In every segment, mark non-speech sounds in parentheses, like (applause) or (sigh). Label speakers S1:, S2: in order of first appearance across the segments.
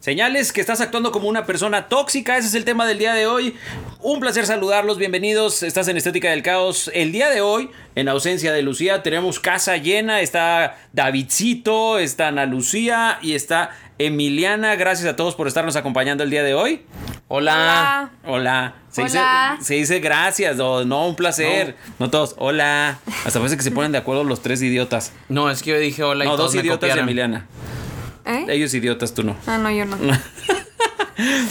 S1: Señales que estás actuando como una persona tóxica, ese es el tema del día de hoy. Un placer saludarlos, bienvenidos, estás en Estética del Caos. El día de hoy, en ausencia de Lucía, tenemos casa llena, está Davidcito, está Ana Lucía y está Emiliana. Gracias a todos por estarnos acompañando el día de hoy. Hola. Hola. Se,
S2: Hola.
S1: Dice, se dice gracias, no, no, un placer. No. todos, hola. Hasta parece que se ponen de acuerdo los tres idiotas.
S3: No, es que yo dije hola y
S1: no,
S3: todos
S1: dos
S3: me
S1: idiotas y
S3: copiaron.
S1: Emiliana.
S2: ¿Eh?
S1: Ellos idiotas, tú no.
S2: Ah, no, yo no.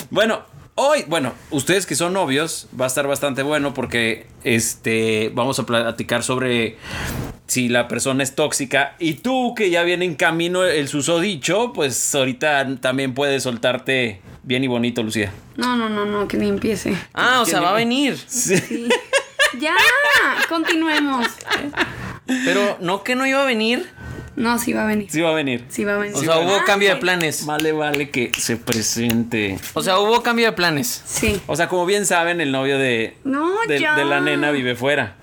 S1: Bueno, hoy, bueno, ustedes que son novios, va a estar bastante bueno porque este vamos a platicar sobre si la persona es tóxica y tú que ya viene en camino el susodicho, pues ahorita también puedes soltarte bien y bonito, Lucía.
S2: No, no, no, no, que ni empiece.
S3: Ah, o sea, va a venir.
S2: Sí. (laughs) ya, continuemos.
S3: Pero no que no iba a venir.
S2: No, sí va a venir.
S1: Sí va a venir.
S2: Sí va a venir.
S3: O sea, hubo
S2: Ah,
S3: cambio de
S2: sí.
S3: planes.
S1: Vale, vale que se presente.
S3: O sea, hubo cambio de planes.
S2: Sí.
S1: O sea, como bien saben, el novio de,
S2: No,
S1: de,
S2: ya.
S1: de la nena vive fuera.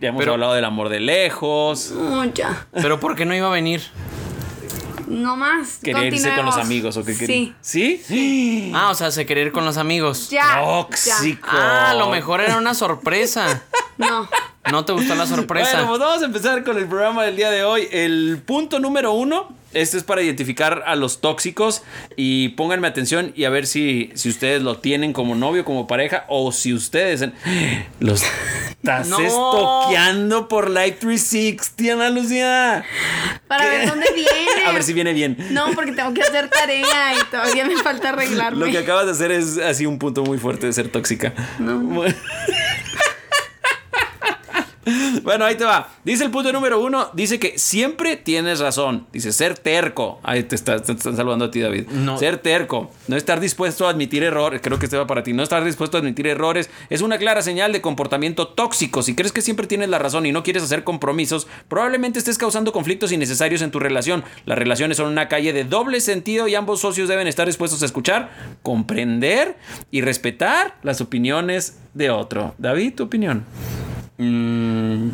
S1: Ya hemos
S3: Pero-
S1: hablado del amor de lejos,
S2: No, ya.
S3: Pero ¿por qué no iba a venir?
S2: No más.
S1: querer irse con los
S2: Continuemos.
S1: amigos o qué
S2: Sí.
S1: quería. ¿Sí? ¿Sí?
S3: Ah, o sea, se quería ir con los amigos.
S2: Ya.
S1: Tóxico.
S3: Ah, a lo mejor era una sorpresa.
S2: ya. No.
S3: No te gustó la sorpresa.
S1: Bueno, pues vamos a empezar con el programa del día de hoy. El punto número uno. Este es para identificar a los tóxicos y pónganme atención y a ver si, si ustedes lo tienen como novio, como pareja o si ustedes en- (gasps) los estás
S3: No.
S1: estoqueando por Live 360, Ana Lucía.
S2: Para ver dónde viene.
S1: (laughs) A ver si viene bien.
S2: No, porque tengo que hacer tarea y todavía me falta arreglarme.
S1: Lo que acabas de hacer es así un punto muy fuerte de ser tóxica. Bueno. (laughs) Bueno, ahí te va. Dice el punto número uno, dice que siempre tienes razón. Dice ser terco. Ahí te está- te están saludando a ti, David.
S3: No.
S1: Ser terco. No estar dispuesto a admitir errores. Creo que este va para ti. No estar dispuesto a admitir errores es una clara señal de comportamiento tóxico. Si crees que siempre tienes la razón y no quieres hacer compromisos, probablemente estés causando conflictos innecesarios en tu relación. Las relaciones son una calle de doble sentido y ambos socios deben estar dispuestos a escuchar, comprender y respetar las opiniones de otro. David, tu opinión.
S3: Mm,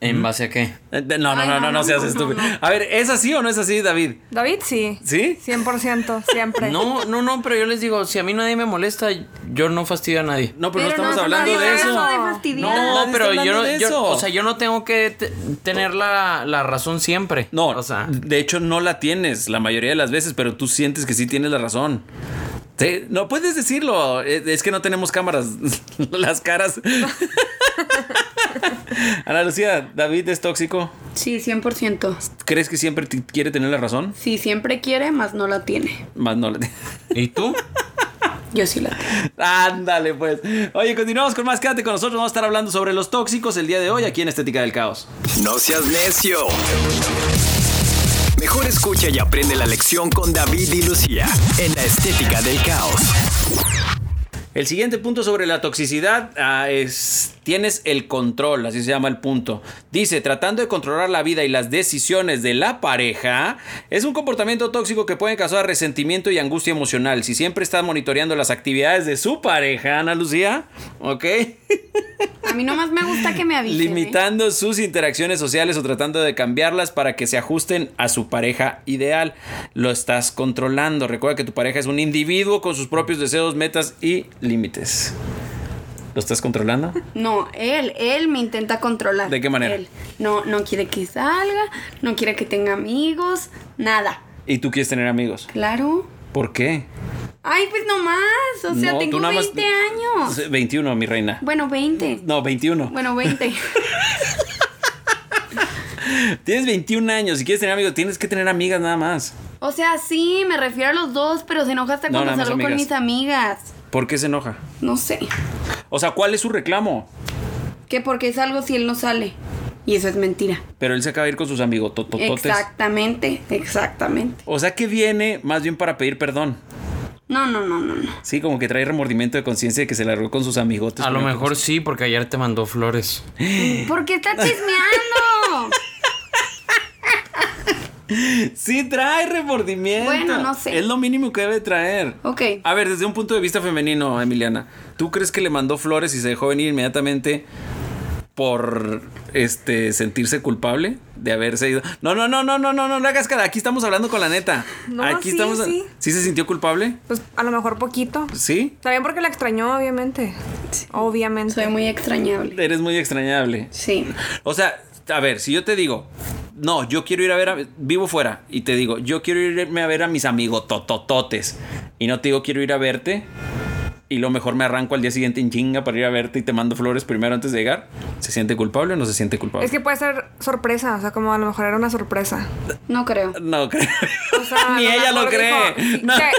S3: ¿En base a qué?
S1: Eh, de- No, no,
S2: Ay,
S1: no,
S2: no,
S1: no, no
S2: no,
S1: seas
S2: no,
S1: estúpido.
S2: no, no.
S1: A ver, ¿es así o no es así, David?
S4: David, sí.
S1: ¿Sí?
S4: 100%, siempre.
S3: No, no, no, pero yo les digo, si a mí nadie me molesta, yo no fastidio a nadie.
S1: No, pero, no estamos
S2: no,
S1: hablando
S2: nadie
S1: de
S2: haga
S1: eso.
S2: de
S1: No,
S2: fastidiar.
S3: No,
S1: nadie
S3: pero
S1: está
S3: yo
S1: hablando
S3: no,
S1: de
S3: yo,
S1: eso.
S3: o sea, yo no tengo que te- tener la, la razón siempre.
S1: No,
S3: o sea,
S1: de hecho no la tienes la mayoría de las veces, pero tú sientes que sí tienes la razón. Sí, No puedes decirlo, eh, es que no tenemos cámaras, (laughs) las caras. (laughs) Ana Lucía, David es tóxico.
S2: Sí, 100%.
S1: ¿Crees que siempre te- quiere tener la razón?
S2: Sí, siempre quiere, más no la tiene.
S1: Más no la tiene.
S3: ¿y tú?
S2: Yo sí la tengo.
S1: Ándale, pues. Oye, continuamos con más. Quédate con nosotros. Vamos a estar hablando sobre los tóxicos el día de hoy aquí en Estética del Caos.
S5: No seas necio. Mejor escucha y aprende la lección con David y Lucía en la estética del caos.
S1: El siguiente punto sobre la toxicidad ah, es, tienes el control, así se llama el punto. Dice, tratando de controlar la vida y las decisiones de la pareja, es un comportamiento tóxico que puede causar resentimiento y angustia emocional. Si siempre estás monitoreando las actividades de su pareja, Ana Lucía, ¿ok?
S2: A mí nomás me gusta que me avisen. ¿eh?
S1: Limitando sus interacciones sociales o tratando de cambiarlas para que se ajusten a su pareja ideal. Lo estás controlando. Recuerda que tu pareja es un individuo con sus propios deseos, metas y límites. ¿Lo estás
S2: (laughs)
S1: controlando?
S2: No, él, él me intenta controlar.
S1: ¿De qué manera?
S2: Él. No, no quiere que salga, no quiere que tenga amigos, nada.
S1: Y tú quieres tener amigos.
S2: Claro.
S1: ¿Por qué?
S2: Ay, pues nomás, o sea,
S1: No, tú
S2: tengo
S1: nada
S2: 20
S1: más-
S2: años.
S1: 21, mi reina.
S2: Bueno, 20.
S1: No, 21.
S2: Bueno,
S1: (laughs)
S2: 20.
S1: Tienes 21 años. Si quieres tener amigos, tienes que tener amigas nada más.
S2: O sea, sí, me refiero a los dos, pero se enoja hasta
S1: No,
S2: cuando
S1: nada más
S2: salgo con
S1: amigas.
S2: mis amigas.
S1: ¿Por qué se enoja?
S2: No sé.
S1: O sea, ¿cuál es su reclamo?
S2: ¿Qué por qué salgo si él no sale? Y eso es mentira.
S1: Pero él se acaba de ir con sus amigos totototes.
S2: Exactamente, exactamente.
S1: O sea que viene más bien para pedir perdón.
S2: No, no, no, no,
S1: (gasps)
S2: no.
S1: Sí, como que trae remordimiento de conciencia de que se largó con sus amigotes.
S3: A lo
S1: Porque-
S3: mejor sí, porque ayer te mandó flores.
S2: ¿Por qué está
S1: (laughs)
S2: chismeando?
S1: Sí, trae remordimiento.
S2: Bueno, no sé.
S1: Es lo mínimo que debe traer.
S2: Ok.
S1: A ver, desde un punto de vista femenino, Emiliana, ¿tú crees que le mandó flores y se dejó venir inmediatamente por este sentirse culpable de haberse ido? No, no, no, no, no, no, no, no hagas cara. Aquí estamos hablando con la neta.
S4: No,
S1: Aquí
S4: sí,
S1: estamos.
S4: sí.
S1: ¿Sí se sintió culpable?
S4: Pues a lo mejor poquito.
S1: Sí.
S4: También porque la extrañó, obviamente. Obviamente.
S2: Soy muy extrañable.
S1: Eres muy extrañable.
S2: Sí.
S1: O sea, a ver, si yo te digo, no, yo quiero ir a ver, a, vivo fuera, y te digo, yo quiero irme a ver a mis amigos totototes, y no te digo, quiero ir a verte, y lo mejor me arranco al día siguiente en chinga para ir a verte y te mando flores primero antes de llegar, ¿se siente culpable o no se siente culpable?
S4: Es que puede ser sorpresa, o sea, como a lo mejor era una sorpresa.
S2: No creo.
S1: No (laughs) creo.
S4: O sea,
S1: Ni
S4: a
S1: ella lo
S4: mejor
S1: cree.
S4: dijo,
S1: (laughs)
S4: si-
S1: No.
S4: que-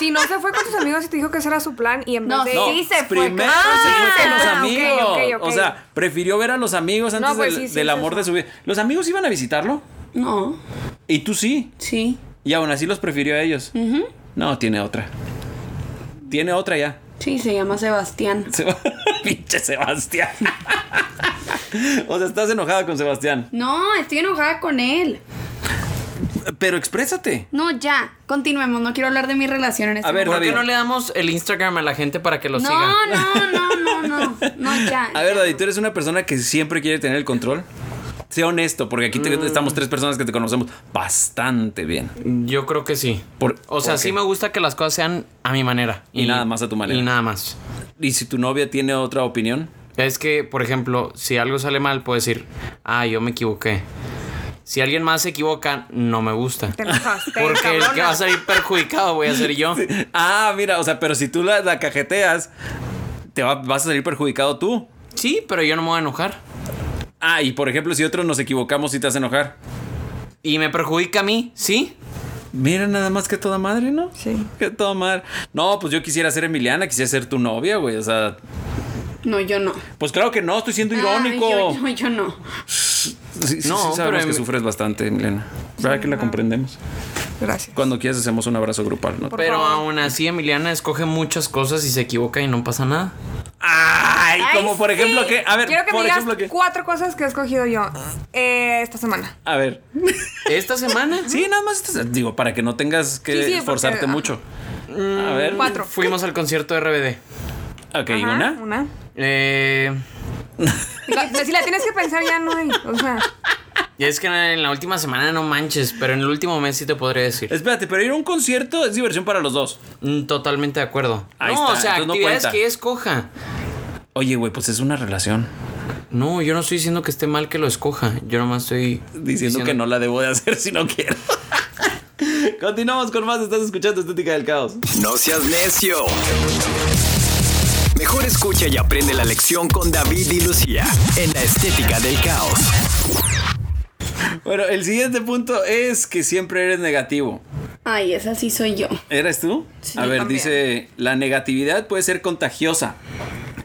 S4: si no se fue con sus amigos y te dijo que ese era su plan y en vez
S2: No,
S4: de
S2: no.
S4: ir-
S2: Sí se fue,
S1: primero
S2: claro.
S1: se fue con los
S4: Ah, ok,
S1: amigos.
S4: ok, ok.
S1: O sea, prefirió ver a los amigos antes
S4: No, pues
S1: del,
S4: sí, sí,
S1: del
S4: es
S1: amor de su vida. ¿Los amigos iban a visitarlo?
S2: No.
S1: Y tú sí.
S2: Sí.
S1: Y aún así los prefirió a ellos. No, tiene otra. Tiene otra ya. (laughs)
S2: Sí, se llama Sebastián.
S1: Se- Pinche Sebastián. o sea, estás enojada con Sebastián.
S2: No, estoy enojada con él.
S1: Pero exprésate.
S2: No, ya. Continuemos. No quiero hablar de mi relación en este
S1: A ver,
S3: ¿Por
S1: David.
S3: qué no le damos el Instagram a la gente para que lo
S2: momento.
S3: siga?
S2: No, no, no, no, no. No, ya.
S1: (laughs) A ver,
S2: ya.
S1: David, tú eres una persona que siempre quiere tener el control. Sea honesto, porque aquí te- estamos tres personas que te conocemos bastante bien.
S3: Yo creo que sí.
S1: Por-
S3: o sea,
S1: ¿por qué?
S3: sí me gusta que las cosas sean a mi manera.
S1: Y nada más a tu manera.
S3: Y nada más.
S1: ¿Y si tu novia tiene otra opinión?
S3: Es que, por ejemplo, si algo sale mal, puedo decir, ah, yo me equivoqué. Si alguien más se equivoca, no me gusta.
S4: Te enojaste,
S3: Porque el que
S4: cabrona.
S3: va a salir perjudicado voy a ser yo.
S1: Ah, mira, o sea, pero si tú la, la cajeteas, te va- vas a salir perjudicado tú.
S3: Sí, pero yo no me voy a enojar.
S1: Ah, y por ejemplo, si otros nos equivocamos, si te vas a enojar.
S3: Y me perjudica a mí, ¿sí?
S1: Mira nada más que toda madre, ¿no?
S4: Sí.
S1: Que toda madre. No, pues yo quisiera ser Emiliana, quisiera ser tu novia, güey. O sea,
S2: No, yo no.
S1: pues claro que no, estoy siendo irónico.
S2: Ay, yo, yo, yo no.
S1: Sí, sí,
S3: No,
S1: sí sabemos
S3: pero- em-
S1: que sufres bastante, Emiliana. ¿Verdad que la comprendemos?
S4: Gracias.
S1: Cuando quieras hacemos un abrazo grupal, ¿no?
S4: Por
S3: pero
S4: favor.
S3: aún así, Emiliana escoge muchas cosas y se equivoca y no pasa nada.
S1: Ay, como
S4: Ay,
S1: por ejemplo
S4: sí.
S1: que, a ver,
S4: Quiero que
S1: por
S4: me digas
S1: ejemplo que,
S4: cuatro cosas que he escogido yo eh, esta semana.
S1: a ver.
S3: Esta semana
S1: (laughs) Sí, nada más estás- digo para que no tengas que
S4: Sí, sí, porque-
S1: esforzarte
S4: ajá.
S1: mucho. A ver.
S4: Cuatro.
S3: fuimos al concierto de RBD.
S1: Ok,
S4: Ajá,
S1: una.
S4: Una.
S3: Eh,
S4: La- si la tienes que pensar ya no hay. O sea,
S3: y es que en la última semana no manches, pero en el último mes sí te podría decir.
S1: Espérate, pero ir a un concierto es diversión para los dos.
S3: Mm, Totalmente de acuerdo.
S1: Ahí
S3: no,
S1: está,
S3: o sea,
S1: entonces no
S3: actividades
S1: cuenta.
S3: que ella escoja.
S1: Oye, güey, pues es una relación.
S3: No, yo no estoy diciendo que esté mal que lo escoja. Yo nomás estoy
S1: diciendo que no la debo de hacer si no quiero. (laughs) Continuamos con más, estás escuchando Estética del Caos.
S5: No seas necio. Mejor escucha y aprende la lección con David y Lucía en la estética del caos.
S1: Bueno, el siguiente punto es que siempre eres negativo.
S2: Ay, esa sí soy yo.
S1: ¿Eres tú?
S2: Sí,
S1: A ver,
S4: también.
S1: dice, la negatividad puede ser contagiosa.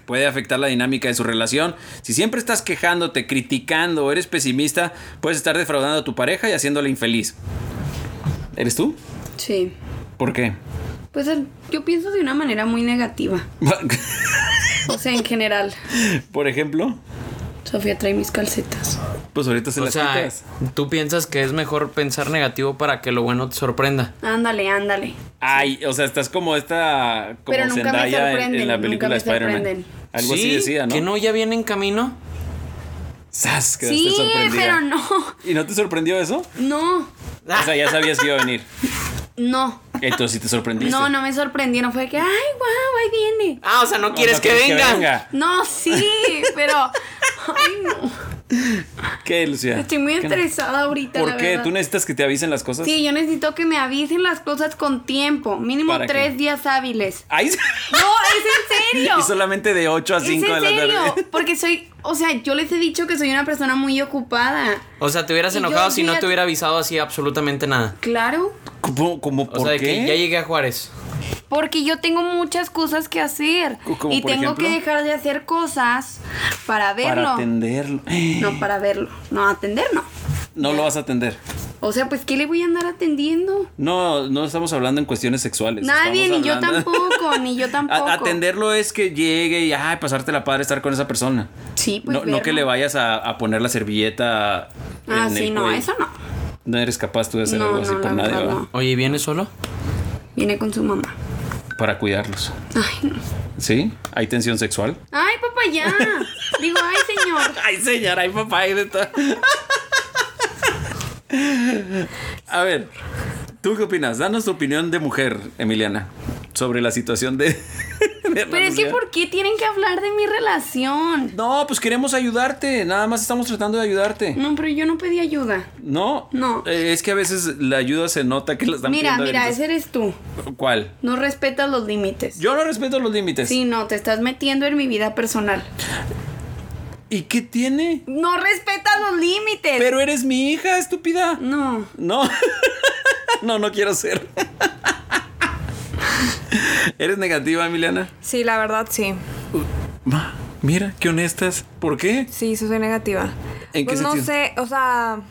S1: Puede afectar la dinámica de su relación. Si siempre estás quejándote, criticando o eres pesimista, puedes estar defraudando a tu pareja y haciéndola infeliz. ¿Eres tú?
S2: Sí.
S1: ¿Por qué? (laughs)
S2: Pues el- yo pienso de una manera muy negativa. O sea, en general.
S1: Por ejemplo,
S2: Sofía trae mis calcetas.
S1: pues ahorita se
S3: O
S1: las
S3: sea,
S1: quitas.
S3: tú piensas que es mejor pensar negativo para que lo bueno te sorprenda.
S2: Ándale, ándale.
S1: Ay, o sea, estás como esta como
S2: Pero nunca me
S1: Zendaya en- en,
S2: sorprenden,
S1: la
S2: nunca
S1: película
S2: me
S1: Spider-Man.
S2: sorprenden.
S1: Algo
S3: Sí,
S1: así decía, ¿no?
S3: Que no ya viene en camino.
S1: Sas, quedaste
S2: Sí,
S1: sorprendida.
S2: pero no.
S1: ¿Y no te sorprendió eso?
S2: No,
S1: O sea, ya sabías que iba a venir.
S2: no.
S1: Entonces sí te sorprendiste.
S2: No, no me sorprendió. No fue de que, ay, wow, ahí viene.
S3: Ah, o sea, no,
S1: No,
S3: quieres
S1: no
S3: que,
S1: quieres
S3: venga.
S2: No, sí, pero. Ay, no.
S1: ¿Qué, Lucía?
S2: Estoy muy
S1: ¿Qué?
S2: estresada ahorita.
S1: ¿Por
S2: la
S1: qué?
S2: verdad.
S1: ¿Tú necesitas que te avisen las cosas?
S2: Sí, yo necesito que me avisen las cosas con tiempo. Mínimo
S1: ¿Para qué?
S2: tres días hábiles.
S1: Ay,
S2: No, es en serio.
S1: (laughs) y solamente de 8 a
S2: Es
S1: 5 de
S2: en
S1: la
S2: serio,
S1: tarde. (laughs)
S2: porque soy, o sea, yo les he dicho que soy una persona muy ocupada.
S3: O sea, te hubieras
S2: Y yo
S3: enojado si no
S2: olvidé-
S3: te hubiera avisado así absolutamente nada.
S2: Claro,
S1: ¿Cómo, cómo
S3: O
S1: por
S3: sea, de
S1: qué?
S3: que ya llegué a Juárez.
S4: Porque yo tengo muchas cosas que hacer.
S1: Co- como
S4: Y
S1: por
S4: tengo
S1: ejemplo.
S4: que dejar de hacer cosas para verlo.
S1: Para atenderlo. (gasps)
S2: No, para verlo. No, atender no.
S1: No lo vas a atender.
S2: O sea, pues, ¿qué le voy a andar atendiendo?
S1: No, no estamos hablando en cuestiones sexuales.
S2: Nadie,
S1: estamos
S2: ni yo
S1: hablando- (laughs)
S2: tampoco, ni yo tampoco.
S1: A- atenderlo es que llegue y ay, pasarte la padre estar con esa persona.
S2: Sí, pues.
S1: no, no que
S2: verlo.
S1: le vayas a, a poner la servilleta.
S2: Ah,
S1: en el
S2: sí, no,
S1: cuello.
S2: eso no.
S1: No eres capaz tú de hacer
S2: No,
S1: algo así
S2: no,
S1: por
S2: la
S1: nadie,
S2: verdad,
S1: ¿verdad?
S2: no.
S3: Oye, ¿vienes solo?
S2: Viene con su mamá.
S1: Para cuidarlos.
S2: Ay, no.
S1: ¿Sí? ¿Hay tensión sexual?
S2: Ay, papá, ya. Digo, ay,
S1: (laughs)
S2: señor.
S1: Ay, señor, ay, papá, ay, de todo. (laughs) A ver, ¿tú qué opinas? Danos tu opinión de mujer, Emiliana, sobre la situación de. (laughs) de
S2: Pero es que,
S1: Rosalía.
S2: ¿por qué tienen que hablar de mi relación?
S1: No, pues queremos ayudarte. Nada más estamos tratando de ayudarte.
S2: No, pero yo no pedí ayuda.
S1: ¿No?
S2: No.
S1: Eh, es que a veces la ayuda se nota (laughs) que la están
S2: Mira,
S1: pidiendo
S2: mira, ese
S1: gritos.
S2: eres tú.
S1: ¿Cuál?
S2: No respetas los límites.
S1: Yo no respeto los límites.
S2: Sí, no, te estás metiendo en mi vida personal.
S1: ¿Y qué tiene?
S2: No respetas los límites.
S1: Pero eres mi hija, estúpida.
S2: No.
S1: No. (laughs) no, no quiero ser. (laughs) ¿Eres negativa, Emiliana?
S4: Sí, la verdad, sí.
S1: Ma, mira, qué honestas. ¿Por qué?
S4: Sí, sí soy negativa.
S1: ¿En qué
S4: pues no
S1: sentido?
S4: sé, o sea,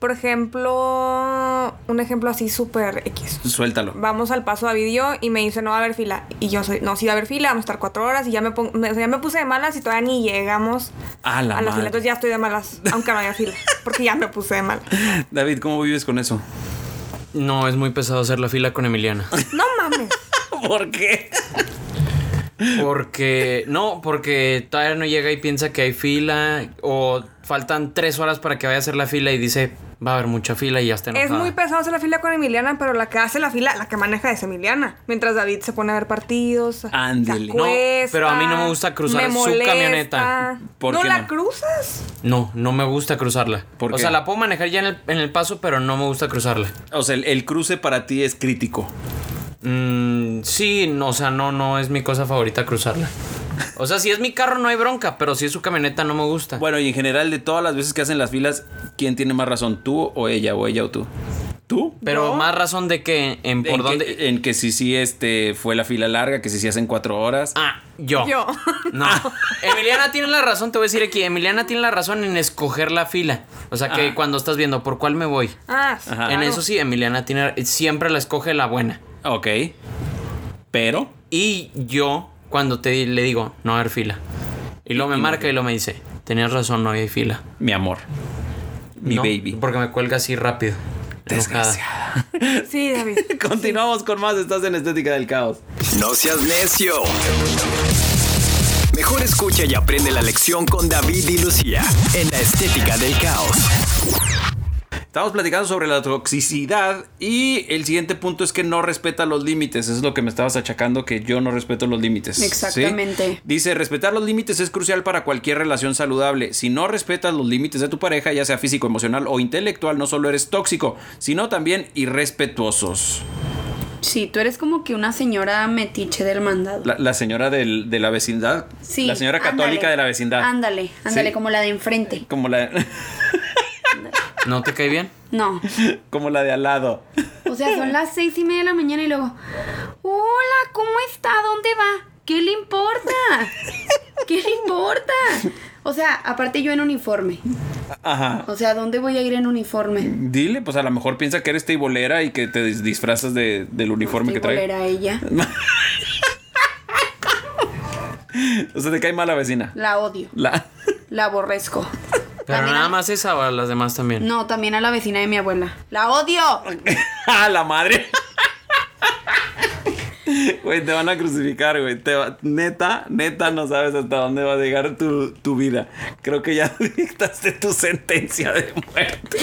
S4: por ejemplo, un ejemplo así súper X.
S1: Suéltalo.
S4: Vamos al paso David y yo y me dice no va a haber fila. Y yo soy, no, sí va a haber fila, vamos a estar cuatro horas y ya me, pon- me- o sea, ya me puse de malas y todavía ni llegamos
S1: A la madre.
S4: fila. Entonces ya estoy de malas, aunque no haya fila, porque ya me puse de malas.
S1: David, ¿cómo vives con eso?
S3: No, es muy pesado hacer la fila con Emiliana.
S4: No mames.
S1: ¿Por qué?
S3: (laughs) Porque, no, porque todavía no llega y piensa que hay fila o faltan tres horas para que vaya a hacer la fila y dice, va a haber mucha fila y ya está
S4: Es
S3: enojada.
S4: muy pesado hacer la fila con Emiliana, pero la que hace la fila, la que maneja es Emiliana. Mientras David se pone a ver partidos. se
S1: Ándele.
S3: No, pero a mí no me
S4: acuesta,
S3: gusta cruzar
S4: me
S3: su
S4: molesta.
S3: camioneta.
S1: ¿Por
S4: ¿No
S1: qué
S4: la
S1: no?
S4: cruzas?
S3: No, no me gusta cruzarla.
S1: ¿Por
S3: o
S1: qué?
S3: sea, la puedo manejar ya en el, en el paso, pero no me gusta cruzarla.
S1: O sea, el, el cruce para ti es crítico.
S3: Mm, sí, no, o sea, no, no es mi cosa favorita cruzarla. O sea, si es mi carro no hay bronca, pero si es su camioneta no me gusta.
S1: Bueno, y en general, de todas las veces que hacen las filas, ¿quién tiene más razón? ¿Tú o ella? ¿O ella o tú? ¿Tú?
S3: pero más razón de que en por
S1: en
S3: dónde...
S1: Que, en que si sí este, fue la fila larga, que si sí hacen cuatro horas.
S3: Ah, yo. (laughs)
S4: Yo.
S3: No. Emiliana tiene la razón, te voy a decir aquí. Emiliana tiene la razón en escoger la fila. O sea, que
S1: Ah.
S3: cuando estás viendo por cuál me voy.
S4: Ah, sí,
S1: Ajá.
S3: En
S4: claro.
S3: eso sí, Emiliana tiene, siempre la escoge la buena.
S1: Ok. Pero.
S3: Y yo, cuando te di- le digo, no va a haber fila. Y luego me marca y luego me dice, tenías razón, no hay fila.
S1: Mi amor. Mi
S3: No,
S1: baby.
S3: Porque me cuelga así rápido. Desgraciada.
S4: Sí,
S3: (laughs)
S4: David.
S1: (laughs) Continuamos con más. Estás en Estética del Caos.
S5: No seas necio. Mejor escucha y aprende la lección con David y Lucía en la estética del caos.
S1: Estamos platicando sobre la toxicidad y el siguiente punto es que no respeta los límites. Eso es lo que me estabas achacando, que yo no respeto los límites. ¿sí?
S2: Exactamente.
S1: Dice, respetar los límites es crucial para cualquier relación saludable. Si no respetas los límites de tu pareja, ya sea físico, emocional o intelectual, no solo eres tóxico, sino también irrespetuosos.
S2: Sí, tú eres como que una señora metiche del mandado.
S1: La, la señora del- de la vecindad.
S2: Sí,
S1: La señora
S2: ándale.
S1: católica de la vecindad.
S2: Ándale, ándale,
S1: Sí.
S2: como la de enfrente.
S1: Como la, (laughs)
S3: ¿No te cae bien?
S2: No.
S1: como la de al lado.
S2: O sea, son las seis y media de la mañana y luego, hola, ¿cómo está? ¿Dónde va? ¿Qué le importa? ¿Qué le importa? O sea, aparte yo en uniforme.
S1: Ajá.
S2: O sea, ¿dónde voy a ir en uniforme?
S1: Dile, pues a lo mejor piensa que eres teibolera y que te dis- disfrazas de- del uniforme que trae.
S2: era ella.
S1: O sea, te cae mal la vecina.
S2: La odio,
S1: La... (laughs)
S2: la aborrezco.
S3: Pero
S2: También
S3: nada
S2: a-
S3: más esa o a las demás también.
S2: No, también a la vecina de mi abuela. ¡La odio!
S1: ¡Ah, la madre! Güey, te van a crucificar, güey. Te va- Neta, neta, no sabes hasta dónde va a llegar tu, tu vida. Creo que ya (laughs) dictaste tu sentencia de muerte.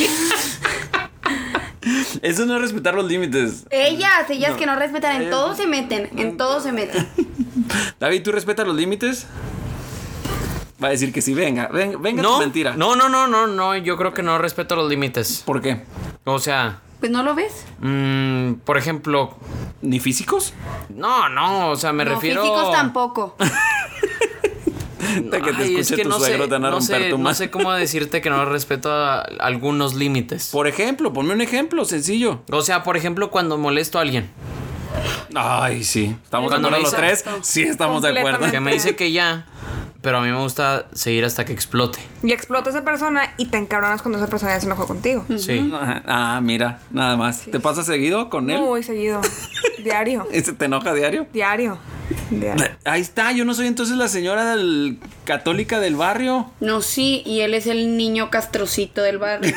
S1: Eso no es respetar los límites.
S2: Ellas, ellas que no respetan, en todo se meten, en todo se meten.
S1: David, ¿tú respetas los límites? Va a decir que sí, venga, venga, venga tu
S3: No,
S1: mentira.
S3: no, no, no, no, no, yo creo que no respeto los límites.
S1: ¿Por qué?
S3: O sea,
S2: Pues no lo ves.
S3: mm, por ejemplo,
S1: ¿Ni físicos?
S3: no, no, o sea, me
S2: no,
S3: refiero...
S2: físicos tampoco.
S1: Hasta que te
S3: Ay,
S1: escuche
S3: es que
S1: tu
S3: no
S1: suegro,
S3: sé,
S1: te van a
S3: no
S1: romper
S3: sé,
S1: tu
S3: no
S1: madre.
S3: sé cómo decirte que no respeto a- algunos límites.
S1: Por ejemplo, ponme un ejemplo sencillo.
S3: O sea, por ejemplo, cuando molesto a alguien.
S1: Ay, sí. ¿Estamos de
S3: Cuando
S1: acuerdo
S3: me
S1: los
S3: hizo-
S1: tres? Sí, estamos de acuerdo.
S4: Completamente.
S3: Que me dice que ya, pero a mí me gusta seguir hasta que explote.
S4: Y explota esa persona y te encabronas cuando esa persona ya se enojó contigo.
S3: Sí.
S1: Ajá. Ah, mira, nada más. ¿Te pasa seguido con él?
S4: Muy
S3: (laughs)
S4: seguido. Diario.
S1: ¿Ese te enoja diario?
S4: Diario.
S3: (laughs)
S4: Diario.
S1: Ahí está, yo no soy entonces la señora del- católica del barrio.
S2: No, sí, y él es el niño castrocito del
S1: (laughs)
S2: barrio.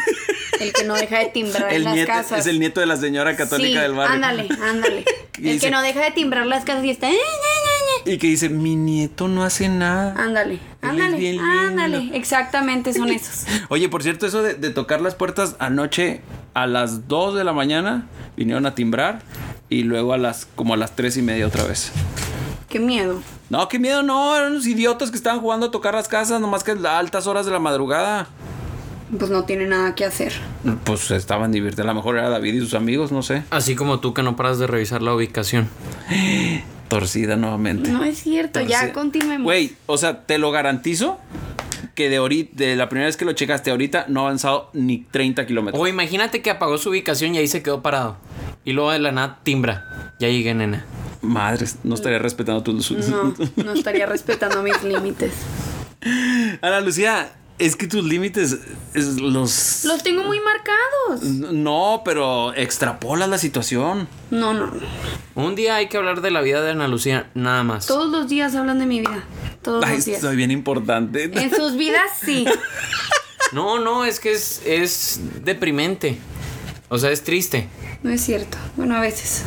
S2: el que no deja de timbrar
S1: El
S2: las
S1: nieto,
S2: casas.
S1: es el nieto de la señora católica
S2: Sí,
S1: del barrio.
S2: Ándale, ándale.
S1: (laughs) Y
S2: el
S1: dice-
S2: que no deja de timbrar las casas y está. "Eh, ñe, ñe, ñe".
S1: Y que dice, mi nieto no hace nada.
S2: Ándale,
S1: es
S2: ándale,
S1: bien lindo.
S2: ándale. Exactamente son
S1: (laughs)
S2: esos.
S1: Oye, por cierto, eso de, de tocar las puertas anoche a las 2 de la mañana, vinieron a timbrar y luego a las como a las 3 y media otra vez.
S2: Qué miedo.
S1: No, qué miedo, no, eran unos idiotas que estaban jugando a tocar las casas, nomás que a altas horas de la madrugada.
S2: Pues no tiene nada que hacer.
S1: Pues estaban divirtiendo, a lo mejor era David y sus amigos, no sé.
S3: Así como tú que no paras de revisar la ubicación.
S1: Torcida nuevamente.
S2: No es cierto,
S1: Torcida.
S2: ya continuemos.
S1: Pues Güey, o sea, te lo garantizo que de ahorita, de la primera vez que lo checaste ahorita, no ha avanzado ni 30 kilómetros.
S3: O imagínate que apagó su ubicación y ahí se quedó parado. Y luego de la nada timbra. Ya llegué, nena.
S1: Madres, no estaría respetando tus...
S2: No, no estaría
S1: (laughs)
S2: respetando mis límites.
S1: Ana Lucía, es que tus límites es los...
S2: Los tengo muy marcados.
S1: No, pero extrapola la situación.
S2: No, no.
S3: Un día hay que hablar de la vida de Ana Lucía, nada más.
S2: Todos los días hablan de mi vida. Todos
S1: Ay,
S2: los días.
S1: soy bien
S2: (laughs)
S1: importante.
S2: En sus vidas sí.
S3: No, no, es que es, es deprimente. O sea, es triste.
S2: No es cierto. Bueno, a veces.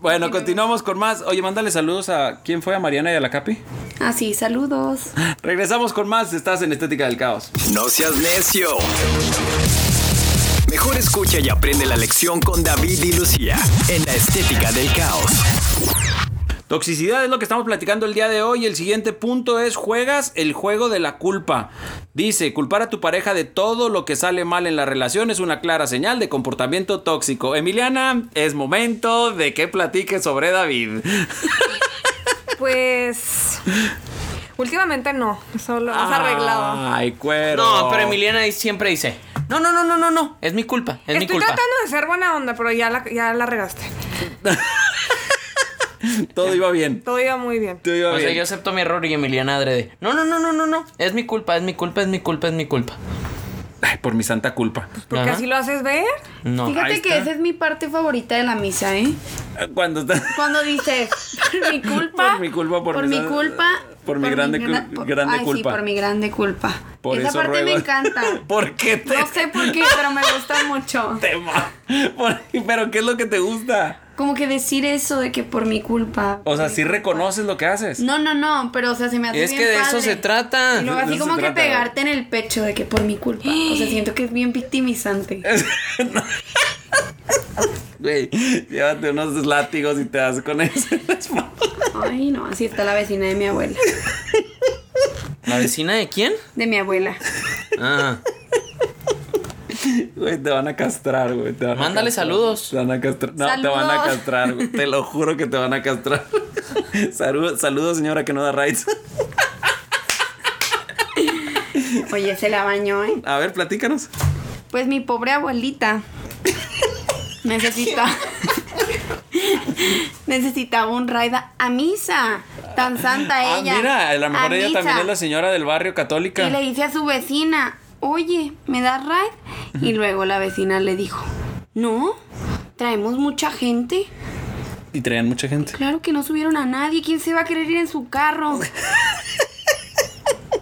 S1: Bueno, continuamos con más. Oye, mándale saludos a... ¿Quién fue? ¿A Mariana y a la Capi? (laughs)
S2: Ah, sí, saludos.
S1: Regresamos con más. Estás en Estética del Caos.
S5: No seas necio. Mejor escucha y aprende la lección con David y Lucía en la estética del caos.
S1: Toxicidad es lo que estamos platicando el día de hoy. El siguiente punto es juegas el juego de la culpa. Dice, culpar a tu pareja de todo lo que sale mal en la relación es una clara señal de comportamiento tóxico. Emiliana, es momento de que platiques sobre David.
S4: Pues. Últimamente no. Solo has
S3: Ah,
S4: arreglado.
S1: Ay, cuero.
S3: No, pero Emiliana ahí siempre dice: No, no, no, no, no, no. Es mi culpa, es mi
S4: Estoy
S3: culpa.
S4: tratando de ser buena onda, pero ya la, ya la regaste.
S1: Todo iba bien.
S4: Todo iba muy bien.
S1: Todo iba
S3: O sea,
S1: bien.
S3: yo acepto mi error y Emiliana adrede. No, no, no, no, no, no. Es mi culpa, es mi culpa, es mi culpa, es mi culpa.
S1: Ay, por mi santa culpa.
S4: Porque
S3: Ajá.
S4: así lo haces ver.
S3: No.
S1: ahí
S2: Fíjate que
S1: está.
S2: esa es mi parte favorita de la misa, ¿eh?
S1: Cuando está...
S2: Cuando dices, por mi
S1: (laughs)
S2: culpa.
S1: Por mi culpa, por mi
S2: mi,
S1: gran-
S2: culpa.
S1: por mi grande
S2: gran-
S1: cul- grande
S2: ay,
S1: culpa.
S2: Sí, por mi grande culpa.
S1: Por
S2: esa
S1: eso
S2: parte me
S1: ruego-
S2: encanta.
S1: (laughs) ¿Por qué te...
S2: No sé por qué, pero me gusta mucho.
S1: (laughs) te ma- por- ¿Pero qué es lo que te gusta?
S2: Como que decir eso de que por mi culpa.
S1: O sea,
S2: por mi
S1: si
S2: culpa.
S1: reconoces lo que haces. (laughs)
S2: No, no, no, pero o sea, se me hace
S3: Es
S2: bien
S3: que de eso
S2: padre.
S3: se trata.
S2: Y luego
S1: De
S2: así
S1: eso
S2: como
S1: se
S2: que
S1: trata.
S2: pegarte en el pecho de que por mi culpa. O sea, siento que es bien victimizante.
S1: (laughs) Güey, llévate unos látigos y te das con (laughs) eso. en la espalda.
S2: Ay, no, así está la vecina de mi abuela.
S3: ¿La vecina de quién?
S2: De mi abuela.
S3: Ah.
S1: Güey, te van a castrar, güey. te van a
S3: Mándale
S1: castrar.
S3: saludos.
S1: Te van a castrar. No, te van a
S2: Saludos.
S1: castrar, güey. Te lo juro que te van a castrar. (laughs) Saludos, saludos señora que no da rights.
S2: Oye, se la bañó, ¿eh?
S1: A ver, platícanos.
S2: Pues mi pobre abuelita necesita (laughs) necesitaba un raida a misa. Tan santa ella.
S1: ah, mira, a lo mejor ella
S2: misa.
S1: también es la señora del barrio católica.
S2: Y le dice a su vecina, oye, ¿me das ride? Y luego la vecina le dijo, no, traemos mucha gente.
S1: Y traen mucha gente.
S2: Claro que no subieron a nadie. ¿Quién se va a querer ir en su carro?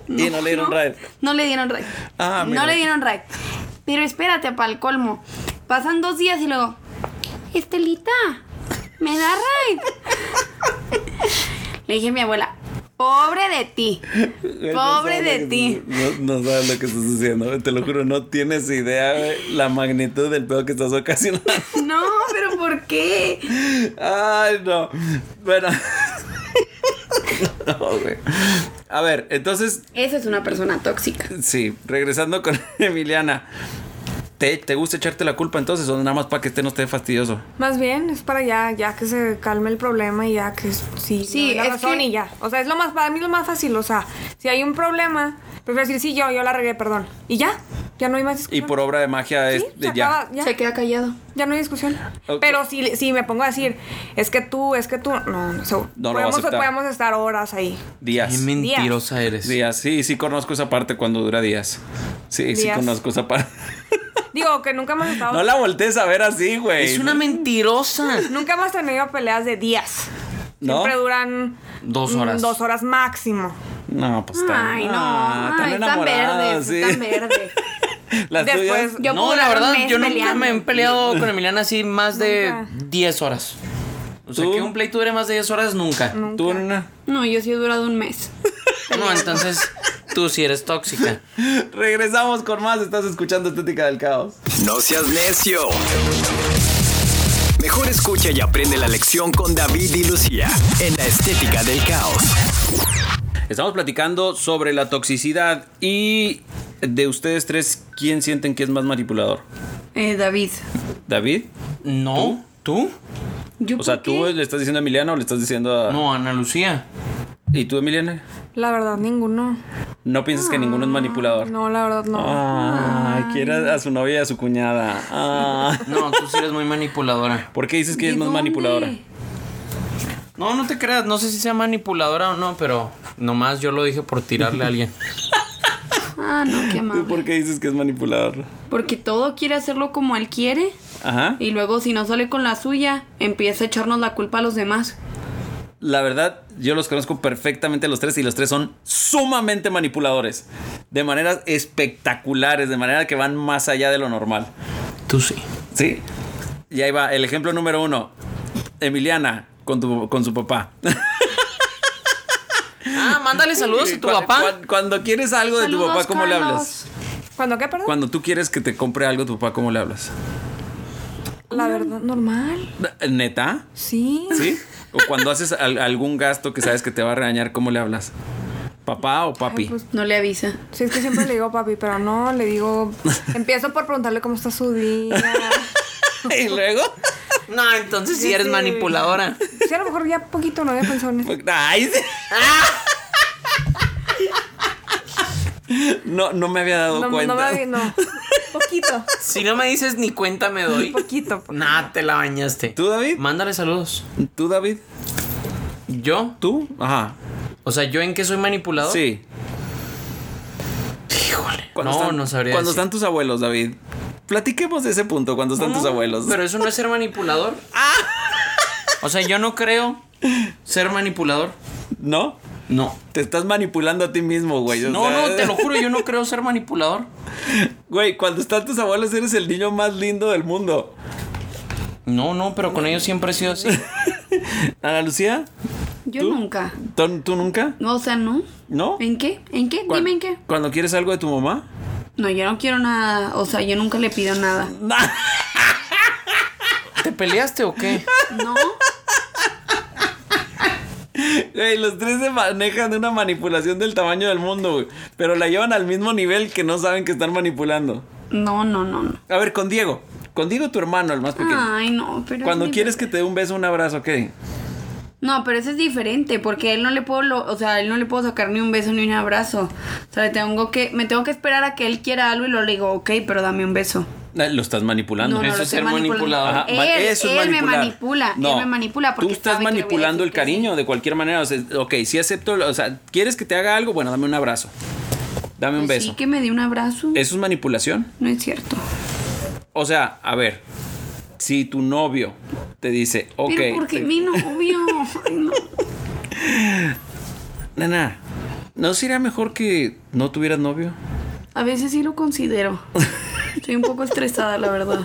S1: y no le dieron
S2: no,
S1: ride.
S2: No le dieron ride.
S1: Ah, mira.
S2: no le dieron ride. Pero espérate, para el colmo. Pasan dos días y luego. Estelita, me da ride. le dije a mi abuela, pobre de ti.
S1: Güey, no
S2: Pobre
S1: sabes lo
S2: de
S1: que
S2: ti.
S1: estás- No, no sabes lo que estás haciendo. güey, Te lo juro, no tienes idea güey, la magnitud del pedo que estás ocasionando.
S2: No, pero ¿por qué?
S1: Ay, no. Bueno. (laughs) No, güey. A ver, entonces,
S2: Esa es una persona tóxica.
S1: sí, regresando con (laughs) Emiliana. ¿Te, te gusta echarte la culpa entonces o nada más para que este no esté fastidioso?
S4: Más bien es para ya, ya que se calme el problema y ya que s- sí,
S2: Sí,
S4: me doy la
S2: es
S4: razón
S2: que-
S4: y ya. O sea, es lo más para mí lo más fácil, o sea, si hay un problema, prefiero decir sí yo, yo la regué, perdón. Y ya. Ya no hay más
S1: Y
S4: discusión.
S1: por obra de magia es
S4: Sí,
S1: de
S4: se
S1: ya.
S4: acaba, ya.
S2: Se queda callado.
S4: Ya no hay discusión.
S1: Ok.
S4: Pero si, si me pongo a decir, es que tú, es que tú. No, no, sé.
S1: No lo va a
S4: podemos,
S1: aceptar.
S4: podemos estar horas ahí.
S1: Días.
S3: Qué mentirosa eres.
S1: Días. Sí, sí conozco esa parte cuando dura días. Sí, sí
S4: Días.
S1: conozco esa parte.
S4: Digo, que nunca hemos
S2: Ah,
S1: (laughs)
S4: estado.
S1: No la voltees a ver así, güey.
S3: Es una mentirosa.
S4: Nunca hemos tenido peleas de días.
S1: ¿No?
S4: Siempre duran.
S3: Dos
S4: mm,
S3: horas.
S4: Dos horas máximo.
S1: No, pues tan-
S2: Ay, no.
S1: ah, tan
S2: Ay, tan
S1: enamorada,
S2: verde.
S1: sí.
S2: Tan verde.
S1: (laughs) Las
S4: Después-
S1: tuyas.
S2: Yo
S3: no,
S2: puedo
S3: la
S2: durar un
S3: verdad,
S2: mes
S3: yo nunca
S2: peleando.
S3: me he peleado con Emiliana así más de
S4: Nunca.
S3: 10 horas. O sea,
S1: ¿Tú?
S3: que un pleito dure más de 10 horas nunca. No,
S1: Tú, nena.
S2: No, yo sí he durado un mes.
S3: entonces tú sí eres tóxica.
S1: (laughs) Regresamos con más. Estás escuchando Estética del Caos.
S5: No seas necio. Mejor escucha y aprende la lección con David y Lucía en la estética del caos.
S1: Estamos platicando sobre la toxicidad y de ustedes tres, ¿quién sienten que es más manipulador?
S2: Eh, David.
S1: ¿David?
S3: No, ¿tú?
S2: ¿Yo
S1: O sea,
S2: por
S1: ¿tú
S2: qué?
S1: le estás diciendo a Emiliano o le estás diciendo a...
S3: No, Ana Lucía.
S1: ¿Y tú, Emiliana?
S4: La verdad, ninguno.
S1: ¿No piensas
S2: Ah.
S1: que ninguno es manipulador?
S4: No, la verdad,
S1: Ah.
S4: no.
S1: Ay, quiere a su novia y a su cuñada. Ah.
S3: No, tú sí eres muy manipuladora.
S1: ¿Por qué dices que es
S2: ¿De
S1: más
S2: dónde?
S1: manipuladora?
S3: No, no te creas, no sé si sea manipuladora o no, pero nomás yo lo dije por tirarle a alguien.
S2: Ah, no, qué
S1: ¿Tú
S2: amable.
S1: por qué dices que es manipulador?
S2: Porque todo quiere hacerlo como él quiere.
S1: Ajá.
S2: Y luego, si no sale con la suya, empieza a echarnos la culpa a los demás.
S1: La verdad, yo los conozco perfectamente a los tres y los tres son sumamente manipuladores. De maneras espectaculares, de manera que van más allá de lo normal.
S3: Tú sí.
S1: Sí. Y ahí va, el ejemplo número uno. Emiliana con, tu, con su papá.
S3: Ah, mándale saludos a
S1: (laughs)
S3: tu
S1: Cu-
S3: papá.
S1: cu- Cuando quieres algo de tu
S2: Saludos,
S1: papá, ¿cómo le
S2: Carlos.
S1: hablas?
S4: ¿Cuándo qué, perdón?
S1: Cuando tú quieres que te compre algo tu papá, ¿cómo le hablas?
S4: La verdad, normal.
S1: ¿Neta?
S4: Sí.
S1: ¿Sí? O cuando haces al- algún gasto que sabes que te va a regañar, ¿cómo le hablas? ¿Papá o papi?
S4: Ay, pues,
S2: No le avisa.
S4: sí, es que siempre le digo papi, pero no, le digo.
S1: (laughs)
S4: Empiezo por preguntarle cómo está su día.
S1: y luego.
S3: No, entonces sí eres
S4: Sí.
S3: manipuladora.
S4: Sí, a lo mejor ya poquito no había pensado en eso.
S1: Ay, sí. No, no me había dado
S4: No, no,
S1: cuenta.
S4: me había- no. Poquito,
S3: Si no me dices ni cuenta me doy.
S4: poquito.
S3: Nah, te la bañaste.
S1: ¿Tú, David?
S3: Mándale saludos.
S1: ¿Tú, David?
S3: ¿Yo?
S1: ¿Tú? Ajá.
S3: O sea, ¿yo en qué soy manipulador?
S1: Sí.
S3: Híjole. No,
S1: Cuando están-
S3: no sabría
S1: Cuando
S3: decir.
S1: están tus abuelos, David. Platiquemos de ese punto, cuando están tus
S3: No, Ah.
S1: abuelos.
S3: Pero eso no es ser manipulador. O sea, yo no creo ser manipulador.
S1: ¿No?
S3: No.
S1: Te estás manipulando a ti mismo, güey. o
S3: No,
S1: sea,
S3: no, te lo juro, yo no creo ser manipulador.
S1: Güey, cuando están tus abuelos eres el niño más lindo del mundo.
S3: No, no, pero con ellos siempre he
S1: (laughs)
S3: sido así.
S1: Ana Lucía,
S2: Yo
S1: ¿Tú?
S2: nunca.
S1: ¿tú, tú nunca?
S2: No, o sea, no.
S1: ¿No?
S2: ¿En qué? ¿En qué?
S1: Cu-
S2: Dime en qué.
S1: ¿Cuando quieres algo de tu mamá? (laughs)
S2: No, yo no quiero nada. O sea, yo nunca le pido nada.
S3: ¿Te peleaste o qué?
S2: No.
S1: Güey, los tres se manejan de una manipulación del tamaño del mundo, güey. Pero la llevan al mismo nivel que no saben que están manipulando.
S2: No, no, no. no.
S1: A ver, con Diego. Con Diego, tu hermano, el más pequeño.
S2: Ay, Ah, no, pero. es
S1: cuando
S2: mi
S1: quieres que te dé un beso, un abrazo, ¿ok?
S2: No, pero eso es diferente, porque a él no le puedo, lo- o sea, a él no le puedo sacar ni un beso ni un abrazo. O sea, le tengo que, me tengo que esperar a que él quiera algo y luego le digo, ok, pero dame un beso.
S1: Eh, Lo estás manipulando.
S3: No, no. eso
S2: lo
S3: es
S2: estoy
S3: ser
S2: manipulando.
S3: manipulador.
S1: Ajá,
S2: Él,
S1: ma-
S2: él me
S1: manipular.
S2: manipula, él me manipula porque
S1: tú estás
S2: sabe que le voy a
S1: manipulando el
S2: decir que sí.
S1: cariño de cualquier manera. O sea, ok, si acepto, o sea, ¿quieres que te haga algo? Bueno, dame un abrazo. Dame un
S2: Pues
S1: beso. Eh,
S2: Sí, que me dé un abrazo.
S1: ¿Eso es manipulación?
S2: No es cierto.
S1: O sea, a ver, si tu novio te dice, ok,
S2: pero porque
S1: te-
S2: mi novio. Ay, no.
S1: nana, ¿no sería mejor que no tuvieras novio?
S2: A veces sí lo considero. Estoy un poco estresada, la verdad.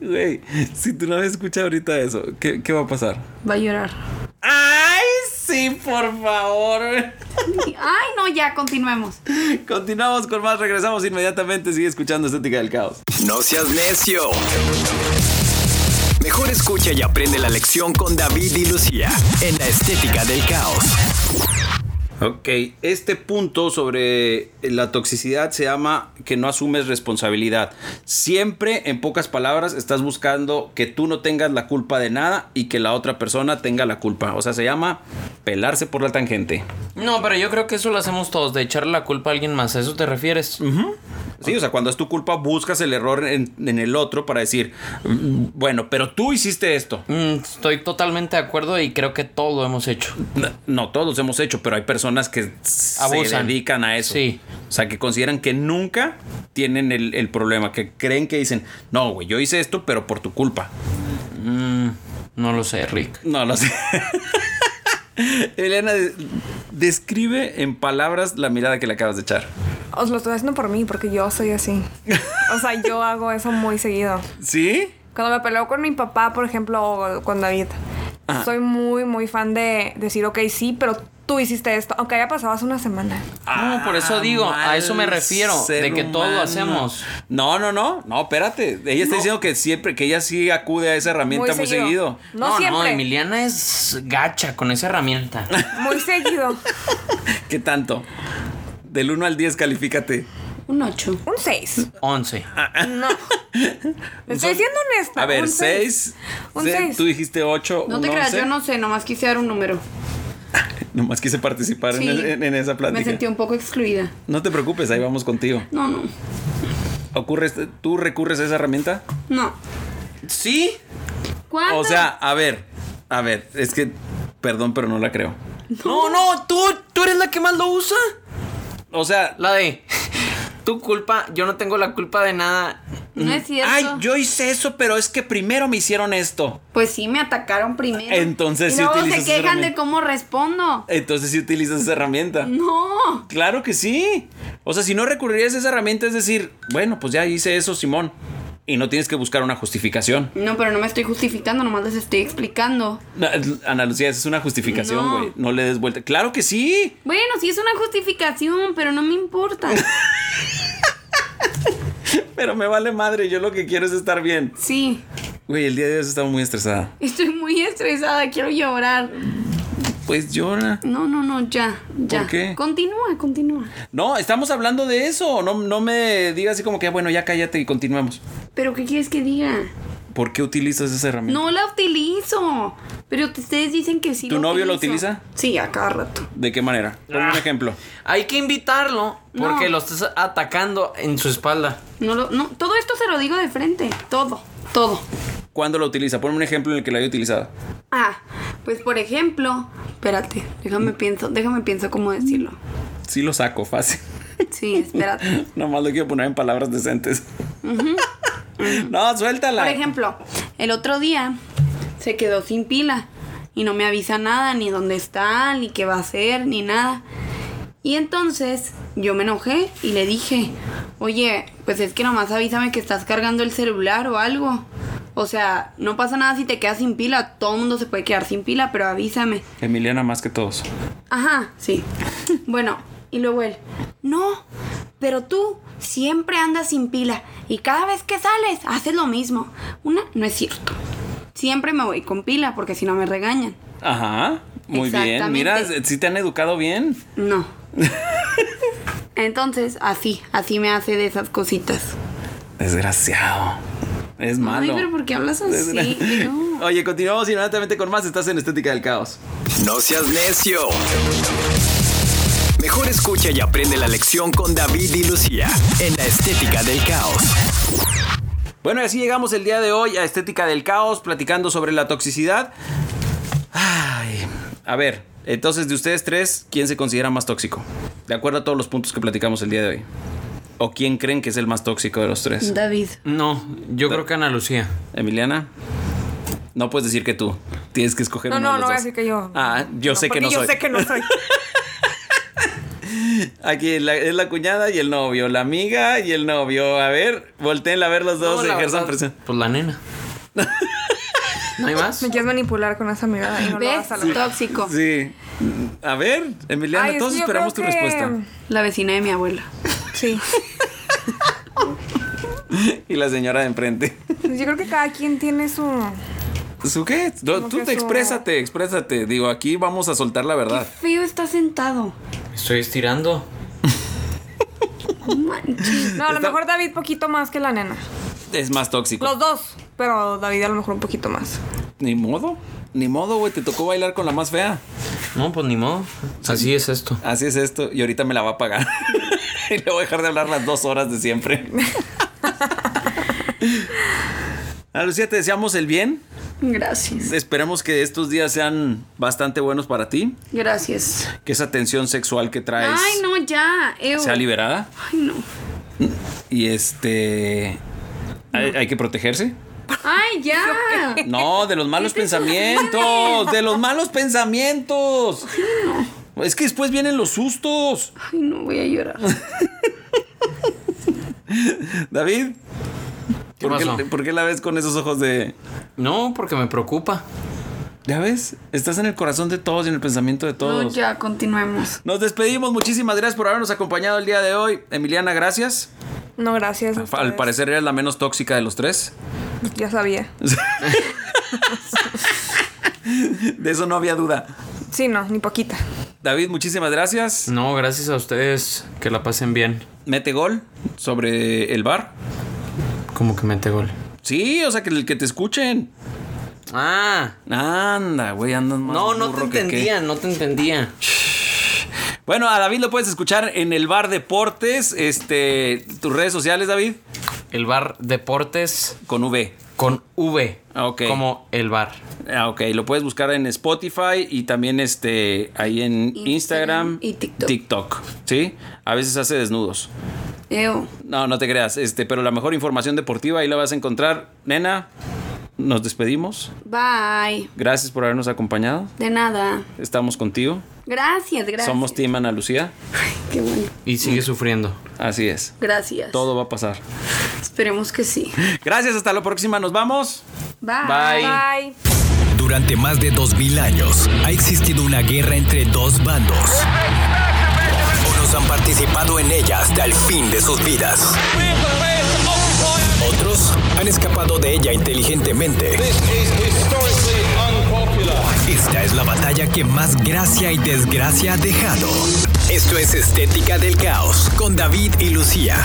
S1: Güey, si tu novio escucha ahorita eso, ¿qué, qué va a pasar?
S2: Va a llorar.
S1: ¡Ay, sí, por favor!
S2: Ay, no, ya, continuemos.
S1: Continuamos con más, regresamos inmediatamente, sigue escuchando Estética del Caos.
S5: No seas necio. Mejor escucha y aprende la lección con David y Lucía en la estética del caos.
S1: Ok, este punto sobre la toxicidad se llama que no asumes responsabilidad. Siempre, en pocas palabras, estás buscando que tú no tengas la culpa de nada y que la otra persona tenga la culpa. O sea, se llama pelarse por la tangente.
S3: No, pero yo creo que eso lo hacemos todos, de echarle la culpa a alguien más. ¿A eso te refieres?
S1: Sí, o sea, cuando es tu culpa, buscas el error en, en el otro para decir, "Mm, bueno, pero tú hiciste esto.
S3: Mm, estoy totalmente de acuerdo y creo que todo lo hemos hecho.
S1: No, No, todos los hemos hecho, pero hay personas que se
S3: Abusan.
S1: dedican a eso.
S3: Sí.
S1: O sea, que consideran que nunca tienen el, el problema, que creen que dicen, no, güey, yo hice esto, pero por tu culpa.
S3: No lo sé, Rick.
S1: No lo sé. (laughs) Elena, de- describe en palabras la mirada que le acabas de echar.
S4: Os lo estoy haciendo por mí, porque yo soy así. O sea, yo hago eso muy seguido.
S1: ¿Sí?
S4: Cuando me peleo con mi papá, por ejemplo, o con David,
S1: Ajá.
S4: soy muy, muy fan de decir, ok, sí, pero tú hiciste esto, aunque haya pasado hace una semana.
S3: No, por eso digo, a eso me refiero,
S1: Ah, ser
S3: de que todo lo hacemos.
S1: No, no, no, no, espérate. Ella está diciendo que siempre, que ella sí acude a esa herramienta muy, seguido.
S4: No, siempre.
S3: Emiliana es gacha con
S1: (laughs)
S3: esa herramienta.
S4: Muy seguido.
S1: ¿Qué tanto? Del 1 al 10, califícate.
S2: Un 8.
S4: Un 6.
S3: 11.
S1: Ah, (laughs)
S4: No. Estoy siendo honesta.
S1: A ver,
S4: un
S1: 6.
S4: Un seis.
S1: Tú dijiste 8.
S2: No te creas, yo no sé, nomás quise dar un número.
S1: Nomás quise participar en,
S2: Sí,
S1: es- en- en esa
S2: Me
S1: plática.
S2: sentí un poco excluida.
S1: No te preocupes, ahí vamos contigo.
S2: No, no.
S1: ¿Ocurres, ¿Tú recurres a esa herramienta?
S2: No.
S3: ¿Sí?
S2: ¿Cuánto?
S1: O sea, a ver, a ver, es que, perdón, pero no la creo.
S3: No, no, tú, tú eres la que más lo usa.
S1: O sea,
S3: La de (laughs) tu culpa, yo no tengo la culpa de nada.
S2: no es cierto.
S1: mm, ay, yo hice eso, pero es que primero me hicieron esto.
S2: Pues sí, me atacaron primero.
S1: Entonces
S2: y
S1: sí
S2: luego
S1: utilizas
S2: se
S1: esa
S2: quejan de
S1: herramienta.
S2: cómo respondo.
S1: Entonces, si utilizas esa herramienta.
S2: No.
S1: Claro que sí. O sea, si no recurrirías a esa herramienta, es decir, bueno, pues ya hice eso, Simón. Y no tienes que buscar una justificación.
S2: No, pero no me estoy justificando, nomás les estoy explicando.
S1: No, Ana Lucía, esa es una justificación,
S2: No.
S1: güey. No. le des vuelta. Claro que sí.
S2: Bueno, sí es una justificación, pero no
S1: (laughs)
S2: me importa.
S1: Pero me vale madre. Yo lo que quiero es estar bien.
S2: Sí,
S1: Güey, el día de hoy estaba muy estresada.
S2: estoy muy estresada, quiero llorar.
S1: Pues llora.
S2: No, no, no, ya, ya.
S1: ¿Por qué?
S2: Continúa, continúa.
S1: No, estamos hablando de eso. No, no me digas así como que, bueno, ya cállate y continuamos.
S2: ¿Pero qué quieres que diga?
S1: ¿Por qué utilizas esa herramienta?
S2: No la utilizo. Pero ustedes dicen que sí.
S1: ¿Tu
S2: la
S1: novio la
S2: utilizo.
S1: utiliza?
S2: Sí, a cada rato.
S1: ¿De qué manera? Ponme un ejemplo.
S3: Hay que invitarlo porque
S2: No.
S3: lo estás atacando en su espalda.
S2: No lo- no, todo esto se lo digo de frente. Todo, todo.
S1: ¿Cuándo la utiliza? Ponme un ejemplo en el que la haya utilizado.
S2: Ah, pues por ejemplo, espérate, déjame pienso, déjame pienso cómo decirlo.
S1: Sí lo saco, fácil.
S2: Sí, espérate.
S1: (laughs) Nomás lo quiero poner en palabras decentes. (laughs) No, suéltala.
S2: Por ejemplo, el otro día se quedó sin pila y no me avisa nada, ni dónde está, ni qué va a hacer, ni nada. Y entonces yo me enojé y le dije, oye, pues es que nomás avísame que estás cargando el celular o algo. O sea, no pasa nada si te quedas sin pila, todo el mundo se puede quedar sin pila, pero avísame.
S1: Emiliana más que todos.
S2: Ajá, sí. (laughs) Bueno, y luego él, no, pero tú siempre andas sin pila y cada vez que sales haces lo mismo. Una, no es cierto. Siempre me voy con pila porque si no me regañan.
S1: Ajá. Muy bien.
S2: Exactamente.
S1: Mira, si te han educado bien.
S2: (laughs) No. Entonces, así, así me hace de esas cositas.
S1: Desgraciado. Es malo.
S2: Ay, pero ¿por qué
S1: (laughs)
S2: hablas así?
S1: Desgra-
S2: No.
S1: Oye, continuamos inmediatamente con más. Estás en Estética del Caos.
S5: No seas necio. Mejor escucha y aprende la lección con David y Lucía en la estética del caos.
S1: Bueno, y así llegamos el día de hoy a Estética del Caos, platicando sobre la toxicidad. Ay, a ver, entonces de ustedes tres, ¿quién se considera más tóxico? De acuerdo a todos los puntos que platicamos el día de hoy. ¿O quién creen que es el más tóxico de los tres?
S2: David.
S3: No, yo creo que Ana Lucía.
S1: Emiliana, no puedes decir que tú. Tienes que escoger
S4: No,
S1: uno
S4: no,
S1: de los
S4: no voy a
S1: dos.
S4: decir que yo.
S1: Ah, yo
S4: No,
S1: sé que
S4: porque
S1: no
S4: yo
S1: soy.
S4: sé que
S1: (laughs)
S4: no soy.
S1: Aquí la- es la cuñada y el novio, la amiga y el novio. A ver, volteenla a ver los dos,
S3: No, la
S1: ejerzan
S3: verdad,
S1: presión.
S3: Pues la nena. ¿No hay más?
S4: Me quieres manipular con esa mirada y no lo
S2: ¿Ves?
S4: vas a lograr.
S2: Tóxico.
S1: Sí. A ver, Emiliana,
S4: Ay, es
S1: todos
S4: que yo
S1: esperamos tu
S4: creo que-
S1: respuesta.
S2: La vecina de mi abuela.
S4: Sí.
S1: Y la señora de enfrente. (laughs)
S4: Pues Yo creo que cada quien tiene su.
S1: ¿Su qué? No,
S4: Como
S1: tú
S4: que
S1: te
S4: su-
S1: exprésate, exprésate. Digo, aquí vamos a soltar la verdad.
S2: Feo está sentado.
S3: Me estoy estirando.
S2: No manches.
S4: No, a lo
S1: Está-
S4: mejor David poquito más que la nena.
S1: Es más tóxico.
S4: Los dos, pero David a lo mejor un poquito más.
S1: Ni modo. Ni modo, güey, te tocó bailar con la más fea.
S3: No, pues ni modo. Así es esto.
S1: Así es esto. Y ahorita me la va a pagar. (laughs) y le voy a dejar de hablar las dos horas de siempre.
S4: (laughs)
S1: A Lucía, te deseamos el bien.
S2: (laughs) Gracias.
S1: Esperemos que estos días sean bastante buenos para ti.
S2: Gracias.
S1: Que esa tensión sexual que traes
S2: Ay, no, ya. Ew.
S1: sea liberada.
S2: Ay, no.
S1: Y este. Hay, hay que protegerse.
S2: Ay, ya.
S1: No, de los
S2: (laughs)
S1: malos
S2: Este
S1: pensamientos. De los malos pensamientos. Es que después vienen los sustos.
S2: Ay, no voy a llorar.
S1: David.
S3: ¿Qué
S1: ¿por qué-
S3: pasó?
S1: ¿Por qué la ves con esos ojos de.?
S3: No, porque me preocupa.
S1: Ya ves, estás en el corazón de todos y en el pensamiento de
S2: No,
S1: todos.
S2: ya, continuemos.
S1: Nos despedimos, muchísimas gracias por habernos acompañado el día de hoy. Emiliana, gracias.
S4: No, gracias. a
S1: Al
S4: ustedes.
S1: parecer eres la menos tóxica de los tres.
S4: Ya sabía.
S1: De eso no había duda.
S4: Sí, no, ni poquita.
S1: David, muchísimas gracias.
S3: No, gracias a ustedes. Que la pasen bien.
S1: Mete gol sobre el bar.
S3: Como que mete gol.
S1: Sí, o sea, que el que te escuchen.
S3: Ah.
S1: Anda, güey, andas más
S3: No, no te
S1: burro que qué.
S3: entendía, no te entendía.
S1: Bueno, a David lo puedes escuchar en el bar Deportes. Este, tus redes sociales, David,
S3: El bar Deportes
S1: con V.
S3: con V.
S1: Ah, ok.
S3: Como el bar.
S1: Ah, ok, lo puedes buscar en Spotify y también este ahí en Instagram,
S2: Instagram y TikTok.
S1: ¿sí? A veces hace desnudos.
S2: Ew.
S1: No, no te creas, este, pero la mejor información deportiva ahí la vas a encontrar. Nena, nos despedimos.
S2: Bye.
S1: Gracias por habernos acompañado.
S2: De nada.
S1: Estamos contigo.
S2: Gracias, gracias.
S1: Somos Team Ana Lucía.
S2: Qué bueno.
S3: Y sigue sufriendo.
S1: Así es.
S2: Gracias.
S1: Todo va a pasar.
S2: Esperemos que sí.
S1: Gracias, hasta la próxima. Nos vamos.
S3: Bye.
S4: Bye.
S5: Durante más de 2000 años ha existido una guerra entre dos bandos. Unos han participado en ella hasta el fin de sus vidas. Otros han escapado de ella inteligentemente. Esta es la batalla que más gracia y desgracia ha dejado. Esto es Estética del Caos con David y Lucía.